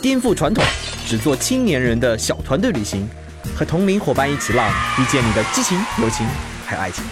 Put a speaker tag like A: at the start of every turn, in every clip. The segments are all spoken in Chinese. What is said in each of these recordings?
A: 颠覆传统，只做青年人的小团队旅行，和同龄伙伴一起浪，遇见你的激情、友情还有爱情。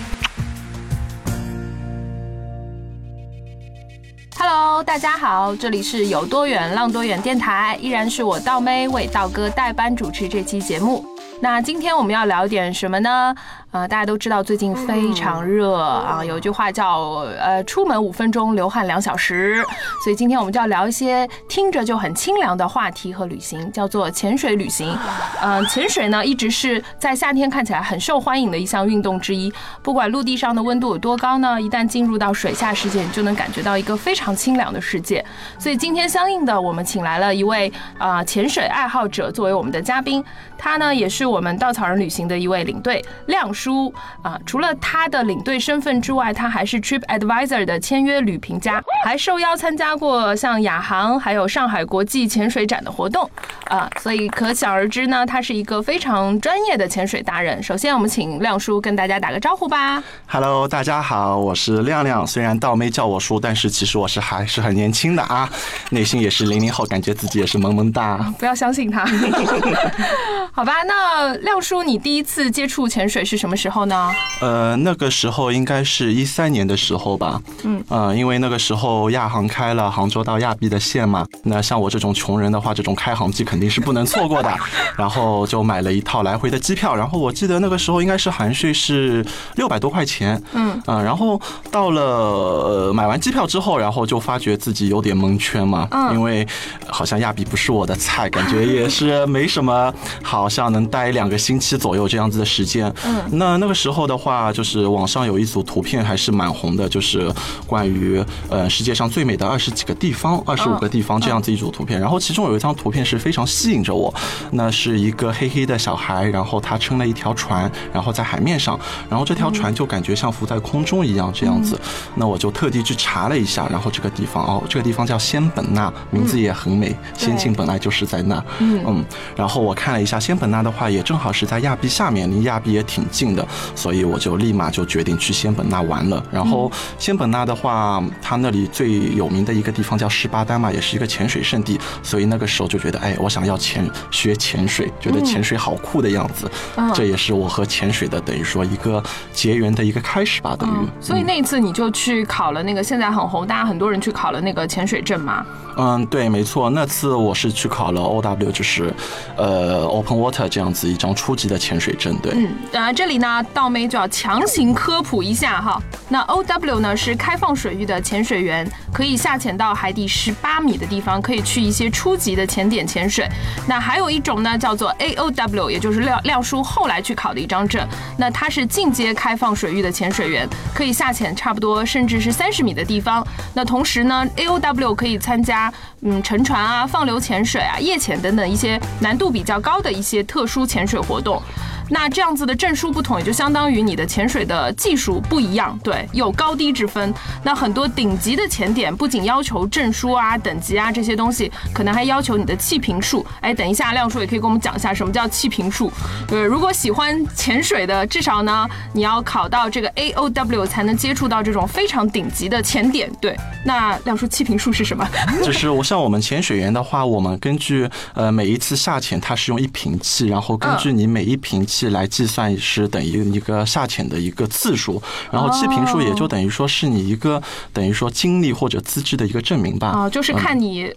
B: Hello，大家好，这里是有多远浪多远电台，依然是我道妹为道哥代班主持这期节目。那今天我们要聊点什么呢？呃，大家都知道最近非常热啊，有句话叫呃，出门五分钟，流汗两小时。所以今天我们就要聊一些听着就很清凉的话题和旅行，叫做潜水旅行。嗯、潜水呢一直是在夏天看起来很受欢迎的一项运动之一。不管陆地上的温度有多高呢，一旦进入到水下世界，你就能感觉到一个非常清凉的世界。所以今天相应的，我们请来了一位啊、呃潜水爱好者作为我们的嘉宾，他呢也是我们稻草人旅行的一位领队亮叔啊、除了他的领队身份之外，他还是 Trip Advisor 的签约旅评家，还受邀参加过像亚航还有上海国际潜水展的活动啊、所以可想而知呢，他是一个非常专业的潜水达人。首先，我们请亮叔跟大家打个招呼吧。
C: Hello，大家好，我是亮亮。虽然道妹叫我叔，但是其实我是还是很年轻的啊，内心也是零零后，感觉自己也是萌萌哒。
B: 不要相信他， 好吧？那亮叔，你第一次接触潜水是什么时候呢？
C: 呃，那个时候应该是一三年的时候吧。嗯，呃，因为那个时候亚航开了杭州到亚庇的线嘛，那像我这种穷人的话，这种开航机肯定是不能错过 的。然后就买了一套来回的机票，然后我记得那个时候应该是含税是六百多块钱。嗯，啊、然后到了、呃、买完机票之后，然后就发觉自己有点蒙圈嘛，因为好像亚庇不是我的菜，感觉也是没什么，好像能待两个星期左右这样子的时间。嗯，那那个时候的话，就是网上有一组图片还是蛮红的，就是关于呃世界上最美的二十几个地方、二十五个地方这样子一组图片。然后其中有一张图片是非常吸引着我，那是一个黑黑的小孩，然后他撑了一条船，然后在海面上，然后这条船就感觉像浮在空中一样这样子。那我就特地去查了一下，然后这个地方哦，这个地方叫仙本那，名字也很美，仙境本来就是在那。嗯然后我看了一下仙本那的话，也正好是在亚庇下面，离亚庇也挺近的，所以我就立马就决定去仙本那玩了。然后仙本那的话，它那里最有名的一个地方叫斯巴丹嘛，也是一个潜水圣地，所以那个时候就觉得，哎，我想要潜学潜水，觉得潜水好酷的样子。这也是我和潜水的等于说一个结缘的一个开始吧，等于。
B: 嗯，所以那一次你就去考了那个现在很红，大家很多人去考了那个潜水证嘛。
C: 嗯，对，没错。那次我是去考了 OW，就是呃 Open Water 这样子一张初级的潜水证。对，
B: 嗯，呃，这里呢，道妹就要强行科普一下哈。那 O W 呢是开放水域的潜水员，可以下潜到海底十八米的地方，可以去一些初级的潜点潜水。那还有一种呢叫做 A O W，也就是廖廖叔后来去考的一张证。那他是进阶开放水域的潜水员，可以下潜差不多甚至是三十米的地方。那同时呢，A O W 可以参加嗯沉船啊、放流潜水啊、夜潜等等一些难度比较高的一些特殊潜水活动。那这样子的证书不同，也就相当于你的潜水的技术不一样，对，有高低之分。那很多顶级的潜点不仅要求证书啊、等级啊这些东西，可能还要求你的气瓶数。哎，等一下，亮叔也可以跟我们讲一下什么叫气瓶数。呃，如果喜欢潜水的，至少呢，你要考到这个 A O W 才能接触到这种非常顶级的潜点。对，那亮叔气瓶数是什么？
C: 就是我像我们潜水员的话，我们根据呃每一次下潜，它是用一瓶气，然后根据你每一瓶气来计算是等于一个下潜的一个次数，然后气瓶数也就等于说是你一个等于说经历或者资质的一个证明吧。嗯
B: 啊、就是看你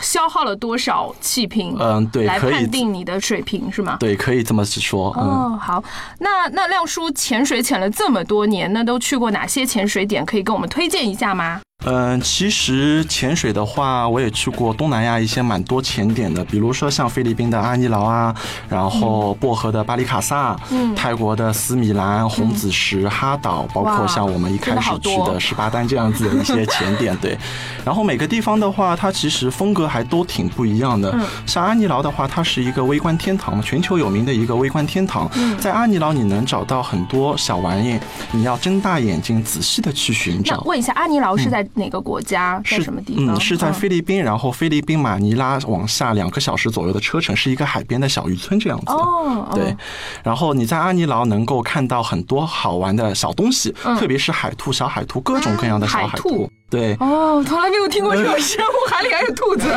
B: 消耗了多少气瓶，
C: 嗯对
B: 来
C: 可以
B: 判定你的水平是吗？
C: 对，可以这么去说。嗯，
B: 哦，好，那那亮叔潜水潜了这么多年，那都去过哪些潜水点？可以跟我们推荐一下吗？
C: 嗯，其实潜水的话，我也去过东南亚一些蛮多潜点的，比如说像菲律宾的阿尼劳啊，然后薄荷的巴里卡萨，
B: 嗯
C: 泰国的斯米兰、红子石、哈岛，包
B: 哇
C: 括像我们一
B: 真
C: 开
B: 的
C: 始
B: 好
C: 去
B: 多
C: 的十八丹这样子的一些潜点，对。然后每个地方的话，它其实风格还都挺不一样的。
B: 嗯
C: 像阿尼劳的话，它是一个微观天堂，全球有名的一个微观天堂。
B: 嗯
C: 在阿尼劳你能找到很多小玩意，你要睁大眼睛仔细的去寻
B: 那
C: 找。
B: 问一下，阿尼劳是在哪个国家，在
C: 嗯是
B: 什么地方？
C: 嗯，是在菲律宾，然后菲律宾马尼拉往下两个小时左右的车程，是一个海边的小渔村这样子。
B: 哦，哦
C: 对，，然后你在阿尼劳能够看到很多好玩的小东西，
B: 嗯
C: 特别是海兔、小海兔，各种各样的小
B: 海
C: 海
B: 兔
C: 兔对，
B: 哦，从来没有听过这种生物，海里还有兔子。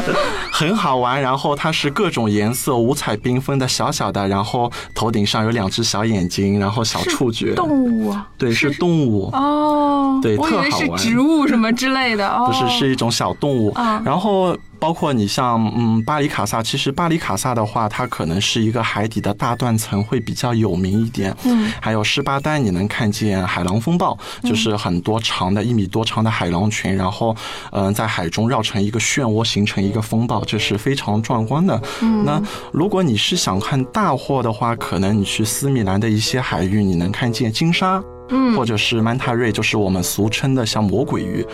C: 很 好玩。然后它是各种颜色、五彩缤纷的小小的，然后头顶上有两只小眼睛，然后小
B: 是
C: 触觉，
B: 动物啊？
C: 对，是动物。
B: 哦，
C: 对
B: 我以
C: 特
B: 为
C: 好
B: 是
C: 玩
B: 植物什么之类的。哦，
C: 不是是一种小动物。
B: 啊
C: 然后包括你像嗯巴黎卡萨，其实巴黎卡萨的话，它可能是一个海底的大断层会比较有名一点。
B: 嗯，
C: 还有施巴丹，你能看见海狼风暴，就是
B: 嗯
C: 很多长的一米多长的海狼群，然后嗯、呃在海中绕成一个漩涡，形成一个风暴，这是非常壮观的。
B: 嗯
C: 那如果你是想看大货的话，可能你去斯米兰的一些海域，你能看见金沙。
B: 嗯
C: 或者是曼塔瑞，就是我们俗称的像魔鬼鱼，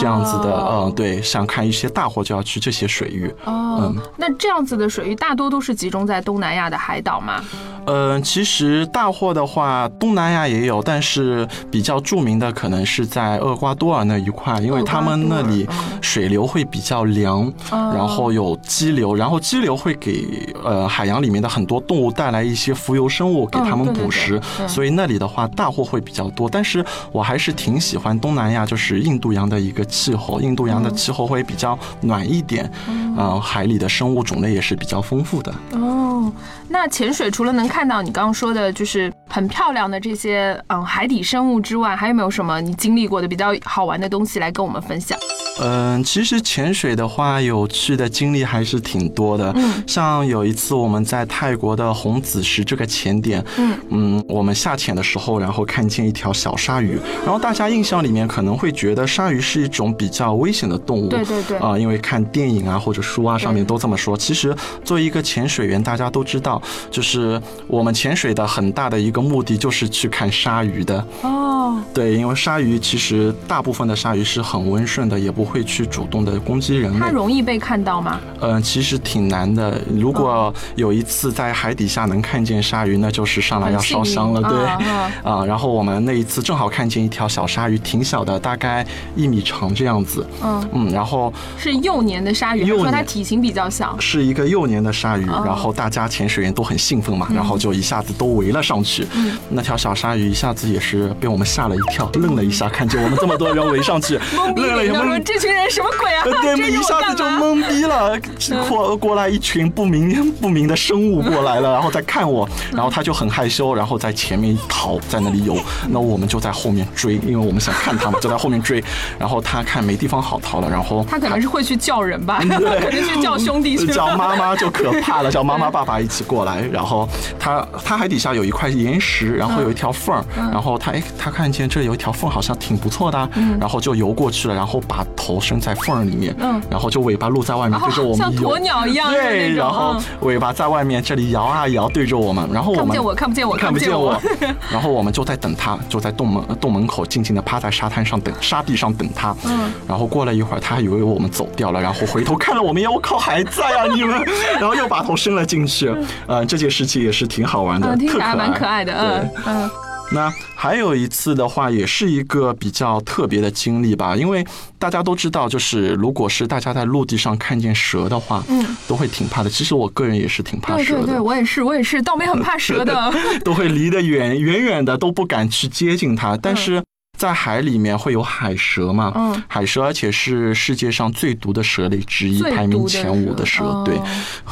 C: 这样子的，
B: 哦
C: 嗯，对，想看一些大货就要去这些水域。
B: 哦
C: 嗯，
B: 那这样子的水域大多都是集中在东南亚的海岛嘛？
C: 嗯、其实大货的话，东南亚也有，但是比较著名的可能是在厄瓜多尔那一块，因为他们那
B: 厄
C: 里
B: 瓜多尔嗯
C: 水流会比较凉，
B: 哦
C: 然后有激流，然后激流会给呃海洋里面的很多动物带来一些浮游生物，给
B: 嗯
C: 它们
B: 对对对
C: 捕食，
B: 嗯
C: 所以那里的话大货会比较多。但是我还是挺喜欢东南亚，就是印度洋的一个气候，印度
B: 嗯
C: 洋的气候会比较暖一点，嗯、海里的生物种类也是比较丰富的。
B: 哦，那潜水除了能看到你刚刚说的，就是很漂亮的这些嗯海底生物之外，还有没有什么你经历过的比较好玩的东西来跟我们分享？
C: 嗯，其实潜水的话，有趣的经历还是挺多的。
B: 嗯
C: 像有一次我们在泰国的红子石这个潜点，
B: 嗯
C: 嗯，我们下潜的时候，然后看见一条小鲨鱼，然后大家印象里面可能会觉得鲨鱼是一种比较危险的动物，
B: 对对对
C: 啊、因为看电影啊或者书啊上面
B: 对
C: 都这么说。其实作为一个潜水员，大家都知道，就是我们潜水的很大的一个目的就是去看鲨鱼的。
B: 哦，
C: 对，因为鲨鱼其实大部分的鲨鱼是很温顺的，也不会去主动的攻击人类
B: 它。容易被看到吗？
C: 嗯、其实挺难的。如果有一次在海底下能看见鲨鱼，那就是上来
B: 很
C: 啊要
B: 幸
C: 烧伤了，
B: 运
C: 对。
B: 啊啊
C: 啊、然后我们那一次正好看见一条小鲨鱼，挺小的，大概一米长这样子。
B: 嗯，
C: 嗯，然后
B: 是幼年的鲨鱼，还是
C: 幼
B: 说它
C: 年
B: 体型比较 小？
C: 是一个幼年的鲨鱼，
B: 哦，
C: 然后大家潜水员都很兴奋嘛，然后就一下子都围了上去。那条小鲨鱼一下子也是被我们吓了一跳，愣了一下，看见我们这么多人围上去
B: 懵逼
C: 愣了
B: 脸
C: 一
B: 的
C: 下
B: 说。这群人什么鬼啊？
C: 呃 对，
B: 追着
C: 一
B: 我
C: 下
B: 干
C: 子就
B: 嘛
C: 懵逼了，过过来一群不明 不明的生物过来了，然后再看我，然后他就很害羞，然后在前面逃，在那里游，那我们就在后面追，因为我们想看他嘛，就在后面追，然后他看没地方好逃了，然后
B: 他可能是会去叫人吧， 可能去叫兄 弟去了。
C: 嗯叫妈妈就可怕了，叫妈妈爸爸一起过来。然后他他海底下有一块岩石，然后有一条缝儿，
B: 嗯
C: 然后他哎他看见这有一条缝，好像挺不错的啊，然后就游过去了，然后把头伸在缝儿里面
B: 嗯，哦
C: 然后就尾巴露在外面对着我们
B: 像鸵
C: 游
B: 鸟一样的那
C: 对，
B: 种
C: 然后
B: 嗯
C: 尾巴在外面这里摇啊摇，对着我们，然后我
B: 看不
C: 们
B: 见我看不见我
C: 看不见我
B: 看不，
C: 然后我们就在等他，就在洞门呃洞门口静静的趴在沙滩上等沙地上等他，
B: 嗯，
C: 然后过了一会儿，他还以为我们走掉了，然后回头看了我们，呀，我靠，还在啊你 们，然后又把头伸了进去，呃，这件事情也是挺好玩的，
B: 嗯嗯，听
C: 特
B: 起
C: 可
B: 来还
C: 爱，
B: 蛮可爱的，
C: 对
B: 嗯嗯，
C: 那还有一次的话，也是一个比较特别的经历吧，因为大家都知道，就是如果是大家在陆地上看见蛇的话，
B: 嗯，
C: 都会挺怕的。其实我个人也是挺怕
B: 对
C: 蛇的。
B: 对对，我也是我也是，倒霉很怕蛇 的，
C: 都会离得远远远的，都不敢去接近它。但是在海里面会有海蛇嘛？
B: 嗯
C: 海蛇而且是世界上最毒的蛇类之一，
B: 最毒的
C: 排名前五的蛇，
B: 蛇
C: 对
B: 哦，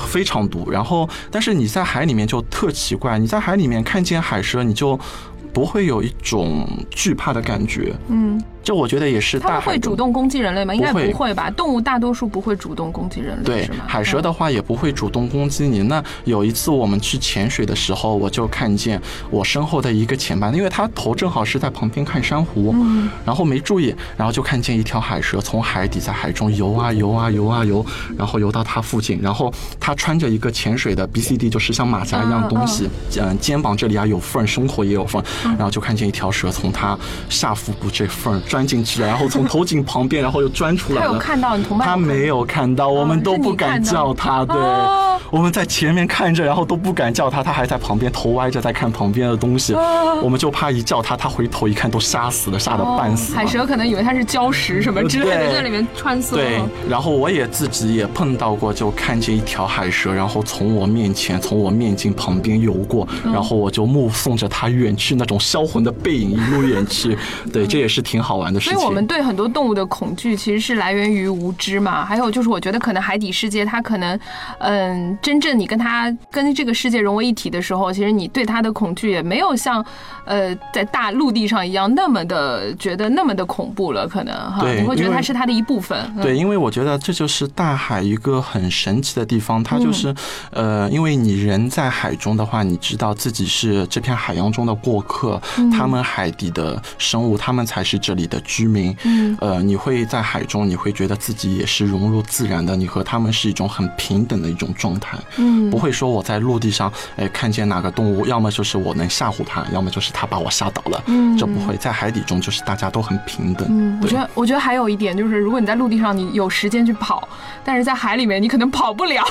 C: 非常毒。然后，但是你在海里面就特奇怪，你在海里面看见海蛇，你就不会有一种惧怕的感觉。
B: 嗯，
C: 这我觉得也是
B: 他
C: 大
B: 们
C: 海
B: 会
C: 中
B: 主动攻击人类吗？应该
C: 不会
B: 不会吧，动物大多数不会主动攻击人类，
C: 对
B: 是吗？，嗯
C: 海蛇的话也不会主动攻击你。那有一次我们去潜水的时候，我就看见我身后的一个潜伴，因为他头正好是在旁边看珊瑚，
B: 嗯
C: 然后没注意，然后就看见一条海蛇从海底在海中游啊游啊游啊游，然后游到他附近，然后他穿着一个潜水的 BCD，就是像马甲一样的东西，嗯、肩膀这里啊有
B: 嗯
C: 缝儿，胸口也有缝儿，然后就看见一条蛇从他下腹部这缝儿钻进去了，然后从头颈旁边，然后又钻出来
B: 他
C: 了。
B: 有看到你同伴
C: 他
B: 有看到
C: 没有看到，我们都不敢叫他。对
B: 哦，
C: 我们在前面看着，然后都不敢叫他，他还在旁边头歪着在看旁边的东西。我们就怕一叫他，他回头一看都吓死了，吓得
B: 哦
C: 半死。
B: 海蛇可能以为它是礁石什么之类的
C: 对
B: 在里面穿梭。
C: 对，然后我也自己也碰到过，就看见一条海蛇，然后从我面前，从我面镜旁边游过，
B: 嗯
C: 然后我就目送着它远去，那种销魂的背影一路远去。对，这也是挺好玩的事
B: 所以
C: 情。
B: 我们对很多动物的恐惧其实是来源于无知嘛，还有就是我觉得可能海底世界它可能，嗯，真正你跟它跟这个世界融为一体的时候，其实你对它的恐惧也没有像，呃，在大陆地上一样那么的觉得那么的恐怖了，可能哈，
C: 对
B: 你会觉得
C: 因为
B: 它是它的一部分。嗯
C: 对，因为我觉得这就是大海一个很神奇的地方，它就是，
B: 嗯
C: 呃，因为你人在海中的话，你知道自己是这片海洋中的过客，
B: 嗯
C: 他们海底的生物，他们才是这里的居民。
B: 嗯
C: 呃，你会在海中，你会觉得自己也是融入自然的，你和他们是一种很平等的一种状态。
B: 嗯
C: 不会说我在陆地上，哎，看见哪个动物，要么就是我能吓唬它，要么就是它把我吓倒了。
B: 嗯
C: 这不会在海底中，就是大家都很平等。
B: 嗯，我
C: 对
B: 觉得，我觉得还有一点就是，如果你在陆地上，你有时间去跑，但是在海里面，你可能跑不了，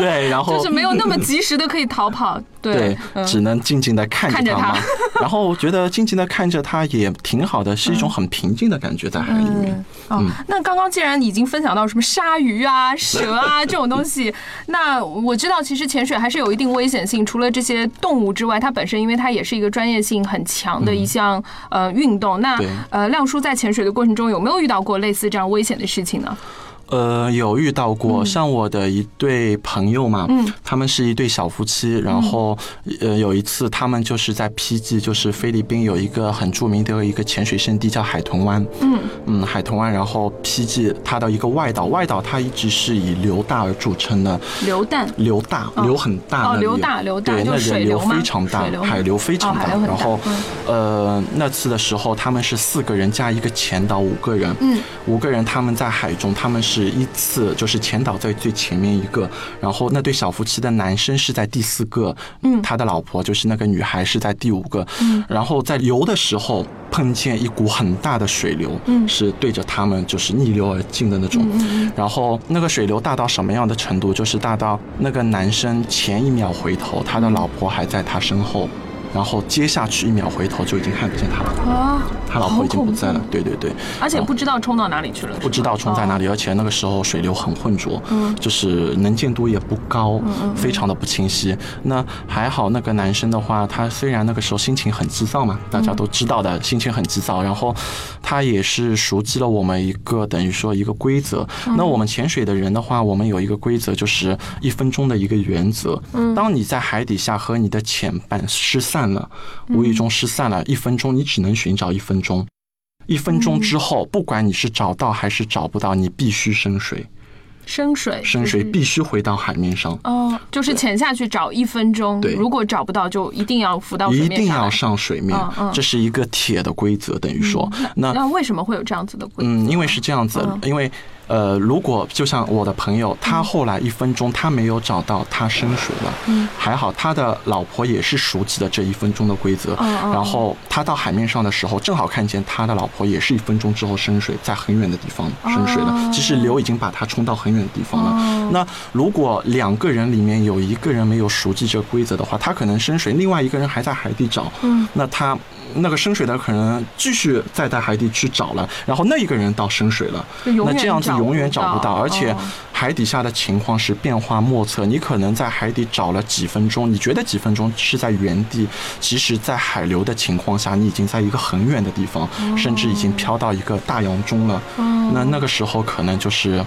C: 对，然后
B: 就是没有那么及时的可以逃跑。
C: 对，
B: 嗯
C: 只能静静的看
B: 看着嗯
C: 着它
B: 它
C: 嘛。然后觉得静静的看着它也挺好的，是一种很平静的感觉在海里面。
B: 哦，那刚刚既然已经分享到什么鲨鱼啊、蛇啊这种东西， 那我知道其实潜水还是有一定危险性。除了这些动物之外，它本身因为它也是一个专业性很强的一项、呃运动。那
C: 嗯对
B: 呃，亮叔在潜水的过程中有没有遇到过类似这样危险的事情呢？
C: 呃，有遇到过，像我的一对朋友嘛，
B: 嗯
C: 他们是一对小夫妻，然后、呃有一次他们就是在 PG，就是菲律宾有一个很著名的一个潜水圣地叫海豚湾，
B: 嗯
C: 嗯，海豚湾，然后 PG 它的一个外岛，外岛它一直是以流大而著称的，
B: 流弹。
C: 流大，
B: 哦
C: 流很大那
B: 哦
C: 里，
B: 流大流大
C: 对，
B: 就
C: 那
B: 是水
C: 人流
B: 流吗
C: 非常大
B: 水流，
C: 海流非常
B: 哦海
C: 大。
B: 流很
C: 然
B: 大
C: 后，呃，那次的时候他们是四个人加一个前导，五个人，
B: 嗯，
C: 五个人他们在海中，他们是依次就是前导在最前面一个，然后那对小夫妻的男生是在第四个，
B: 嗯
C: 他的老婆就是那个女孩是在第五个，嗯，然后在游的时候碰见一股很大的水流，
B: 嗯
C: 是对着他们就是逆流而进的那种，然后那个水流大到什么样的程度？就是大到那个男生前一秒回头，他
B: 嗯
C: 的老婆还在他身后，然后接下去一秒回头就已经看不见他了，
B: 啊，
C: 他老婆已经不在
B: 哦好
C: 了
B: 恐。
C: 对对对，
B: 而且
C: 然后
B: 不知道冲到哪里去了，是吗
C: 不知道冲在哪。里，而且那个时候水流很浑浊，
B: 嗯
C: 就是能见度也不高，非常的不清晰。那还好，那个男生的话，他虽然那个时候心情很急躁嘛，大家都知道的，心情很急躁，然后他也是熟悉了我们一个等于说一个规则。那我们潜水的人的话，我们有一个规则，就是一分钟的一个原则。嗯当你在海底下和你的潜伴失散了，无意中失散了，一分钟，你只能寻找一分钟。一分钟之后，不管你是找到还是找不到，你必须深水，
B: 深水，
C: 深水
B: 就是
C: 必须回到海面上，
B: 哦，就是潜下去找一分钟，
C: 对
B: 如果找不到就一定要浮到水
C: 一
B: 面
C: 定
B: 上来
C: 要上水面
B: 嗯嗯，
C: 这是一个铁的规则，等于说，那
B: 那为什么会有这样子的规则？
C: 嗯，因为是这样子，
B: 嗯
C: 因为呃，如果就像我的朋友，他后来一分钟他没有找到，他深水了，
B: 嗯
C: 还好他的老婆也是熟悉的这一分钟的规则，
B: 嗯嗯
C: 然后他到海面上的时候，正好看见他的老婆也是一分钟之后深水，在很远的地方深水了，
B: 哦
C: 其实流已经把他冲到很远的地方了。
B: 哦
C: 那如果两个人里面有一个人没有熟记这个规则的话，他可能深水，另外一个人还在海底找，
B: 嗯
C: 那他那个深水的可能继续再在海底去找了，然后那一个人到深水了，
B: 就永
C: 那
B: 远
C: 这样子
B: 找不
C: 永远找不
B: 到
C: 到，而且
B: 哦
C: 海底下的情况是变化莫测，你可能在海底找了几分钟，你觉得几分钟是在原地，其实在海流的情况下，你已经在一个很远的地方，甚至已经飘到一个大洋中了，
B: 哦
C: 那那个时候可能就是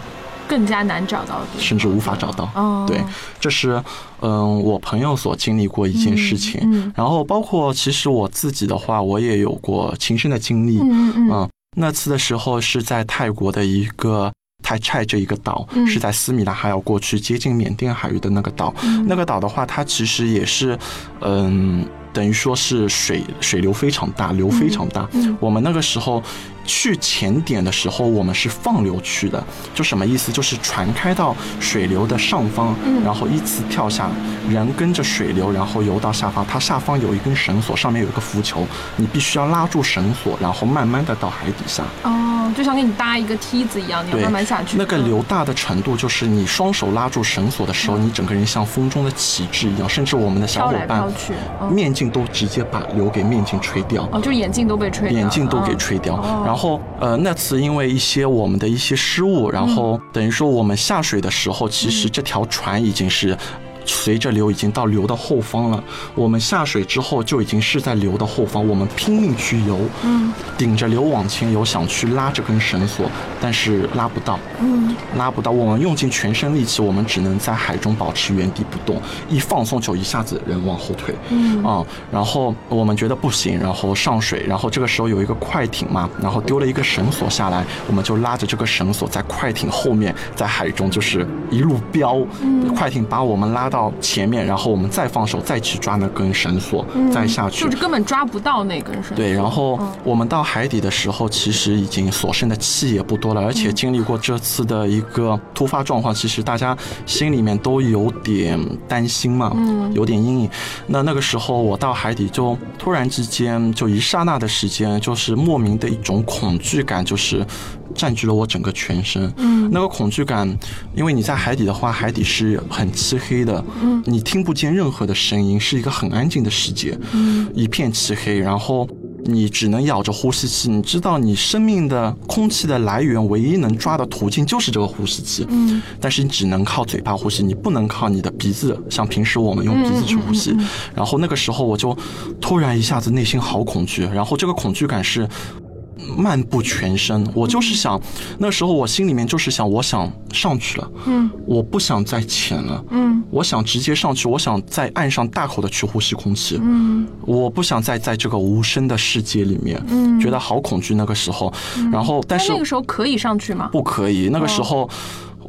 B: 更加难找到的地方，
C: 甚至无法找到。
B: 哦，
C: 对，这是嗯我朋友所经历过一件事情，
B: 嗯嗯
C: 然后包括其实我自己的话，我也有过亲身的经历，
B: 嗯嗯嗯
C: 嗯那次的时候是在泰国的一个泰柴这一个岛，
B: 嗯
C: 是在斯米兰海要过去接近缅甸海域的那个岛。
B: 嗯
C: 那个岛的话，它其实也是，嗯，等于说是水水流非常大，流非常大。
B: 嗯
C: 我们那个时候去潜点的时候，我们是放流去的，就什么意思？就是船开到水流的上方，
B: 嗯
C: 然后依次跳下，人跟着水流，然后游到下方。它下方有一根绳索，上面有一个浮球，你必须要拉住绳索，然后慢慢的到海底下。
B: 哦，就像给你搭一个梯子一样，你要
C: 对
B: 慢慢下去。嗯
C: 那个流大的程度，就是你双手拉住绳索的时候，你整个人像风中的旗帜一样，甚至我们的小
B: 飘
C: 伙
B: 来
C: 伴
B: 飘去嗯
C: 面镜都直接把流给面镜吹掉。
B: 哦，就是眼镜都被吹掉了，
C: 眼镜都给吹掉。
B: 哦
C: 然后呃，那次因为一些我们的一些失误，然
B: 嗯
C: 后等于说我们下水的时候，其实这条船已经是。随着流已经到流的后方了，我们下水之后就已经是在流的后方，我们拼命去游，
B: 嗯，
C: 顶着流往前游，想去拉这根绳索，但是拉不到，
B: 嗯，
C: 拉不到。我们用尽全身力气，我们只能在海中保持原地不动，一放松就一下子人往后退，
B: 嗯
C: 啊、然后我们觉得不行，然后上水，然后这个时候有一个快艇嘛，然后丢了一个绳索下来，我们就拉着这个绳索在快艇后面，在海中就是一路飙，
B: 嗯
C: 快艇把我们拉到前面，然后我们再放手再去抓那根绳索，再下
B: 嗯
C: 去
B: 就是。根本抓不到那根绳。
C: 对，然后我们到海底的时候，其实已经所剩的气也不多了，而且经历过这次的一个突发状况，其实大家心里面都有点担心嘛，有点阴影。那那个时候我到海底，就突然之间，就一刹那的时间，就是莫名的一种恐惧感，就是。占据了我整个全身，嗯，那个恐惧感，因为你在海底的话，海底是很漆黑的，嗯，你听不见任何的声音，是一个很安静的世界，嗯，一片漆黑，然后你只能咬着呼吸器，你知道你生命的空气的来源，唯一能抓的途径就是这个呼吸器。嗯，但是你只能靠嘴巴呼吸，你不能靠你的鼻子，像平时我们用鼻子去呼吸。然后那个时候我就突然一下子内心好恐惧，然后这个恐惧感是。漫步全身，我就是想，那时候我心里面就是想，我想上去了，嗯，我不想再潜了，
B: 嗯，
C: 我想直接上去，我想在岸上大口的去呼吸空气，嗯，我不想再在这个无声的世界里面，嗯，觉得好恐惧那个时候，然后
B: 但
C: 但
B: 嗯
C: 是
B: 那个时候哦可以上去吗？
C: 不可以，那个时候。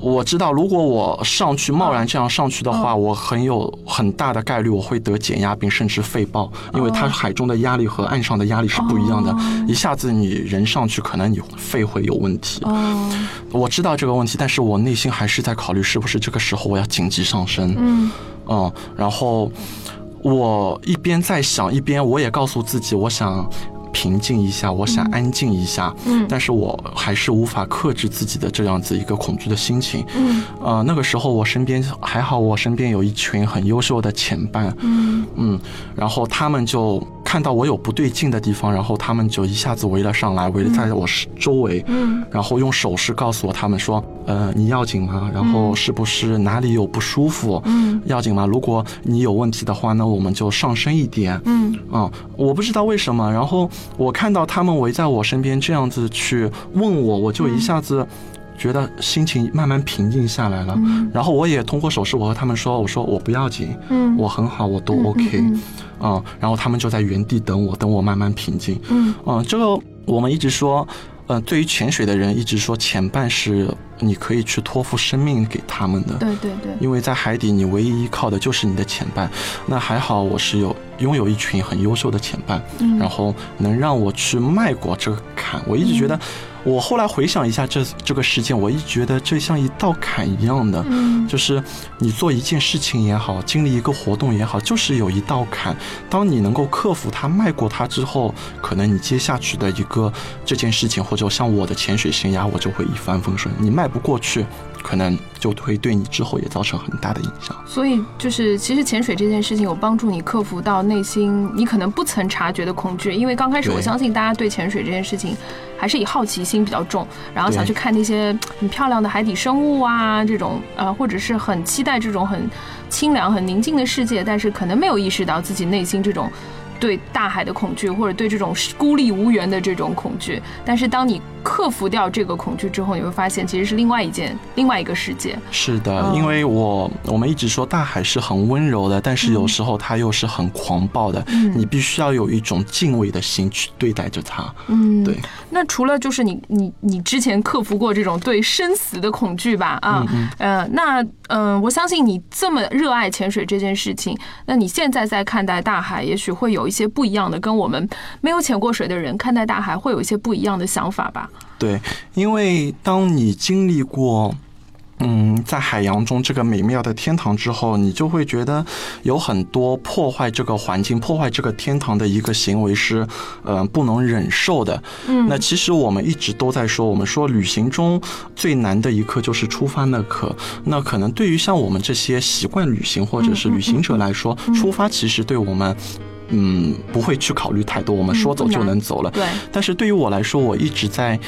C: 我知道，如果我上去贸然这样上去的
B: 哦
C: 话，我很有很大的概率我会得减压病，甚至肺
B: 哦
C: 爆，因为它海中的压力和岸上的压力是不一样的。一下子你人上去，可能你肺会有问题。
B: 哦，
C: 我知道这个问题，但是我内心还是在考虑，是不是这个时候我要紧急上升。
B: 嗯
C: 嗯，然后我一边在想，一边我也告诉自己，我想平静一下，我想安静一下。
B: 嗯
C: 但是我还是无法克制自己的这样子一个恐惧的心情。
B: 嗯
C: 呃，那个时候我身边还好，我身边有一群很优秀的前伴，
B: 嗯
C: 嗯，然后他们就看到我有不对劲的地方，然后他们就一下子围了上来，围在我是周围，
B: 嗯
C: 然后用手势告诉我他们说，呃，你要紧吗？然后是不是哪里有不舒服？
B: 嗯
C: 要紧吗？如果你有问题的话，那我们就上升一点。
B: 嗯
C: 嗯，我不知道为什么，然后我看到他们围在我身边这样子去问我，我就一下子觉得心情慢慢平静下来了。
B: 嗯
C: 然后我也通过手势，我和他们说，我说我不要紧，
B: 嗯
C: 我很好，我都
B: 嗯
C: OK
B: 嗯嗯
C: 嗯，然后他们就在原地等我，等我慢慢平静。
B: 嗯
C: 嗯，这个我们一直说，呃，对于潜水的人一直说，前半是你可以去托付生命给他们的，
B: 对对对，
C: 因为在海底你唯一依靠的就是你的前半。那还好，我是有拥有一群很优秀的前半，
B: 嗯
C: 然后能让我去迈过这个坎。我一直觉得，我后来回想一下这这个事件，我一直觉得这像一道坎一样的，
B: 嗯
C: 就是你做一件事情也好，经历一个活动也好，就是有一道坎。当你能够克服它、迈过它之后，可能你接下去的一个这件事情，或者像我的潜水生涯，我就会一帆风顺。你迈不过去，可能就会对你之后也造成很大的影响。
B: 所以就是，其实潜水这件事情有帮助你克服到内心你可能不曾察觉的恐惧，因为刚开始
C: 对
B: 我相信大家对潜水这件事情还是以好奇心比较重，然后想
C: 对
B: 去看那些很漂亮的海底生物啊，这种呃，或者是很期待这种很清凉、很宁静的世界，但是可能没有意识到自己内心这种。对大海的恐惧，或者对这种孤立无援的这种恐惧。但是当你克服掉啊这呃个恐惧之后，你会发现其实是另外一件、另外一个世界。
C: 是的，因为我我们一直说大海是很温柔的，但是有时候它又是很狂暴的，你必须要有一种敬畏的心去对待着它。
B: 嗯
C: 对，
B: 那除了就是你你你之前克服过这种对生死的恐惧吧？啊，呃，那嗯、呃我相信你这么热爱潜水这件事情，那你现在在看待大海，也许会有一些不一样的，跟我们没有潜过水的人看待大海会有一些不一样的想法吧？
C: 对，因为当你经历过。嗯，在海洋中这个美妙的天堂之后，你就会觉得有很多破坏这个环境、破坏这个天堂的一个行为是，呃，不能忍受的。嗯，那其实我们一直都在说，我们说旅行中最难的一刻就是出发那刻。那可能对于像我们这些习惯旅行或者是旅行者来说，出发其实对我们。嗯，不会去考虑太多，我们说走就能走了。
B: 对，
C: 但是对于我来说，我一直在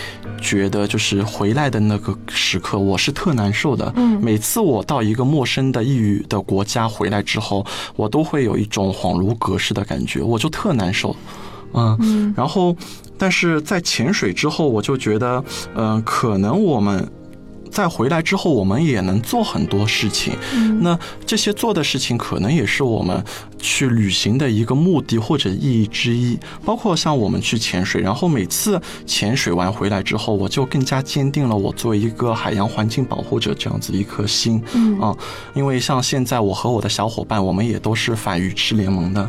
C: 觉得，就是回来的那个时刻，我是特难受的。
B: 嗯
C: 每次我到一个陌生的异域的国家回来之后，我都会有一种恍如隔世的感觉，我就特难受。嗯，
B: 嗯
C: 然后，但是在潜水之后，我就觉得，嗯、可能我们。在回来之后，我们也能做很多事情。那这些做的事情，可能也是我们去旅行的一个目的或者意义之一。包括像我们去潜水，然后每次潜水完回来之后，我就更加坚定了我作为一个海洋环境保护者这样子一颗心。
B: 嗯
C: 啊，因为像现在我和我的小伙伴，我们也都是反鱼翅联盟的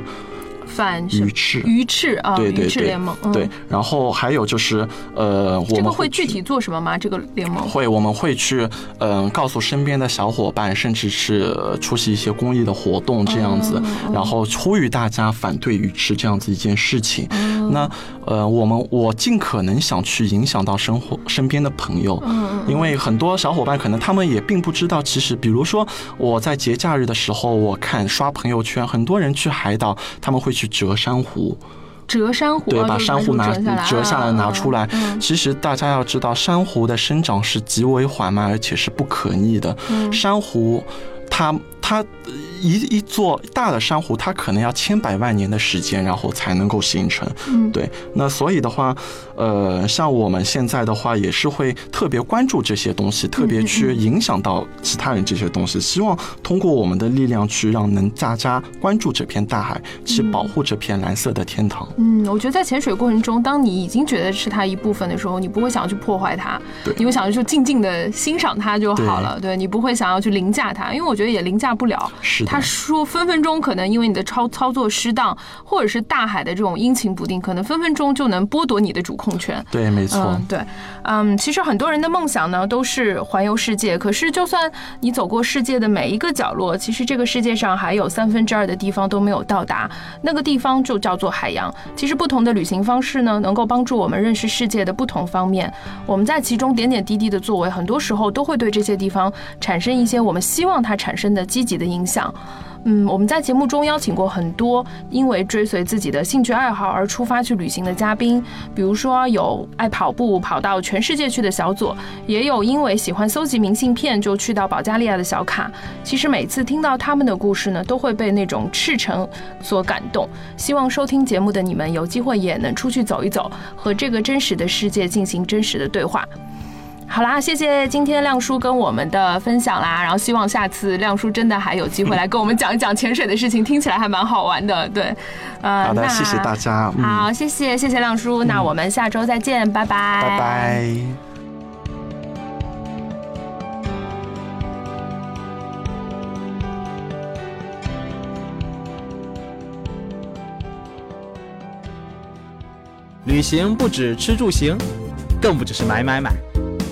B: 反什么
C: 鱼翅。
B: 鱼翅啊，
C: 对对
B: 鱼翅
C: 对
B: 联盟，嗯、
C: 对，，然后还有就是，呃，我
B: 这
C: 们
B: 个会具体做什么吗？这个联盟？
C: 会，我们会去，嗯、告诉身边的小伙伴，甚至是呃出席一些公益的活动这样子，
B: 嗯
C: 然后呼吁大家反对鱼翅这样子一件事情。
B: 嗯
C: 那，呃，我们我尽可能想去影响到生活身边的朋友，
B: 嗯
C: 因为很多小伙伴可能他们也并不知道，其实比如说我在节假日的时候，我看刷朋友圈，很多人去海岛，他们会去折珊瑚，
B: 折珊瑚，
C: 对，
B: 哦
C: 把
B: 就是
C: 珊瑚拿
B: 折下来，
C: 折下来拿出来
B: 嗯。
C: 其实大家要知道，珊瑚的生长是极为缓慢，而且是不可逆的。
B: 嗯
C: 珊瑚，它它一一座大的珊瑚，它可能要千百万年的时间，然后才能够形成。
B: 嗯
C: 对，那所以的话，呃，像我们现在的话，也是会特别关注这些东西，特
B: 嗯
C: 别去影响到其他人这些东西，希望通过我们的力量去让能大家关注这片大海，去保护这片蓝色的天堂。
B: 嗯，我觉得在潜水过程中，当你已经觉得是它一部分的时候，你不会想要去破坏它
C: 对，
B: 你会想要去静静的欣赏它就好了。对你不会想要去凌驾它，因为我觉得也凌驾不了。
C: 是的。
B: 他说分分钟可能因为你的操操作失当，或者是大海的这种阴晴不定，可能分分钟就能剥夺你的主控权。
C: 对，没错，
B: 嗯，对，嗯，其实很多人的梦想呢都是环游世界，可是就算你走过世界的每一个角落，其实这个世界上还有三分之二的地方都没有到达，那个地方就叫做海洋。其实不同的旅行方式呢，能够帮助我们认识世界的不同方面。我们在其中点点滴滴的作为，很多时候都会对这些地方产生一些我们希望它产生的积极的影响。嗯，我们在节目中邀请过很多因为追随自己的兴趣爱好而出发去旅行的嘉宾，比如说有爱跑步跑到全世界去的小左，也有因为喜欢搜集明信片就去到保加利亚的小卡。其实每次听到他们的故事呢，都会被那种赤诚所感动。希望收听节目的你们有机会也能出去走一走，和这个真实的世界进行真实的对话。好啦，谢谢今天亮叔跟我们的分享啦，然后希望下次亮叔真的还有机会来跟我们讲一讲潜水的事情，听起来还蛮好玩的。对，呃，
C: 好的，
B: 那
C: 谢谢大家，嗯，
B: 好，谢谢谢谢亮叔，那我们下周再见，拜拜，
C: 拜拜。
A: 旅行不止吃住行，更不只是买买买。